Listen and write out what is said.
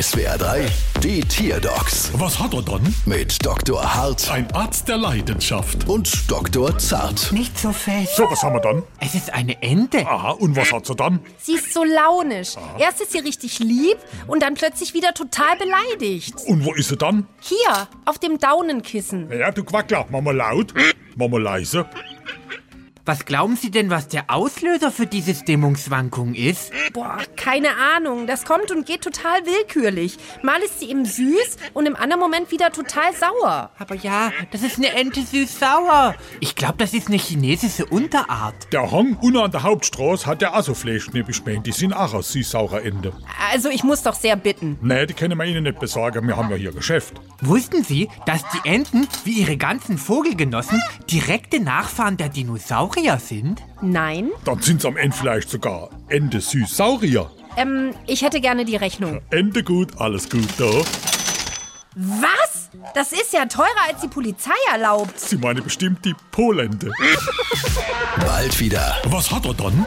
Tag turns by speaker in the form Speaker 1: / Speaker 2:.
Speaker 1: SWR 3, die Tierdocs
Speaker 2: Was hat er dann?
Speaker 1: mit Dr. Hart
Speaker 2: Ein Arzt der Leidenschaft.
Speaker 1: und Dr. Zart.
Speaker 3: Nicht so fest.
Speaker 2: So, was haben wir dann?
Speaker 3: Es ist eine Ente.
Speaker 2: Aha, und was hat sie dann?
Speaker 4: Sie ist so launisch. Erst ist sie richtig lieb und dann plötzlich wieder total beleidigt.
Speaker 2: Und wo ist sie dann?
Speaker 4: Hier, auf dem Daunenkissen.
Speaker 2: Ja, du Quackler, mach mal laut, mach mal leise.
Speaker 3: Was glauben Sie denn, was der Auslöser für diese Stimmungsschwankung ist?
Speaker 4: Boah, keine Ahnung. Das kommt und geht total willkürlich. Mal ist sie eben süß und im anderen Moment wieder total sauer.
Speaker 3: Aber ja, das ist eine Ente süß-sauer. Ich glaube, das ist eine chinesische Unterart.
Speaker 2: Der Hang unten an der Hauptstraße hat der Assofleischknäbisch gemeint, die sind auch aus süßsaurer Ende.
Speaker 4: Also ich muss doch sehr bitten.
Speaker 2: Nee, die können wir Ihnen nicht besagen, wir haben ja hier Geschäft.
Speaker 3: Wussten Sie, dass die Enten, wie ihre ganzen Vogelgenossen, direkte Nachfahren der Dinosaurier sind?
Speaker 4: Nein?
Speaker 2: Dann sind's am Ende vielleicht sogar Ende Süßsaurier.
Speaker 4: Ähm, ich hätte gerne die Rechnung.
Speaker 2: Ende gut, alles gut, da.
Speaker 4: Was? Das ist ja teurer, als die Polizei erlaubt.
Speaker 2: Sie meine bestimmt die Polente.
Speaker 1: Bald wieder.
Speaker 2: Was hat er dann?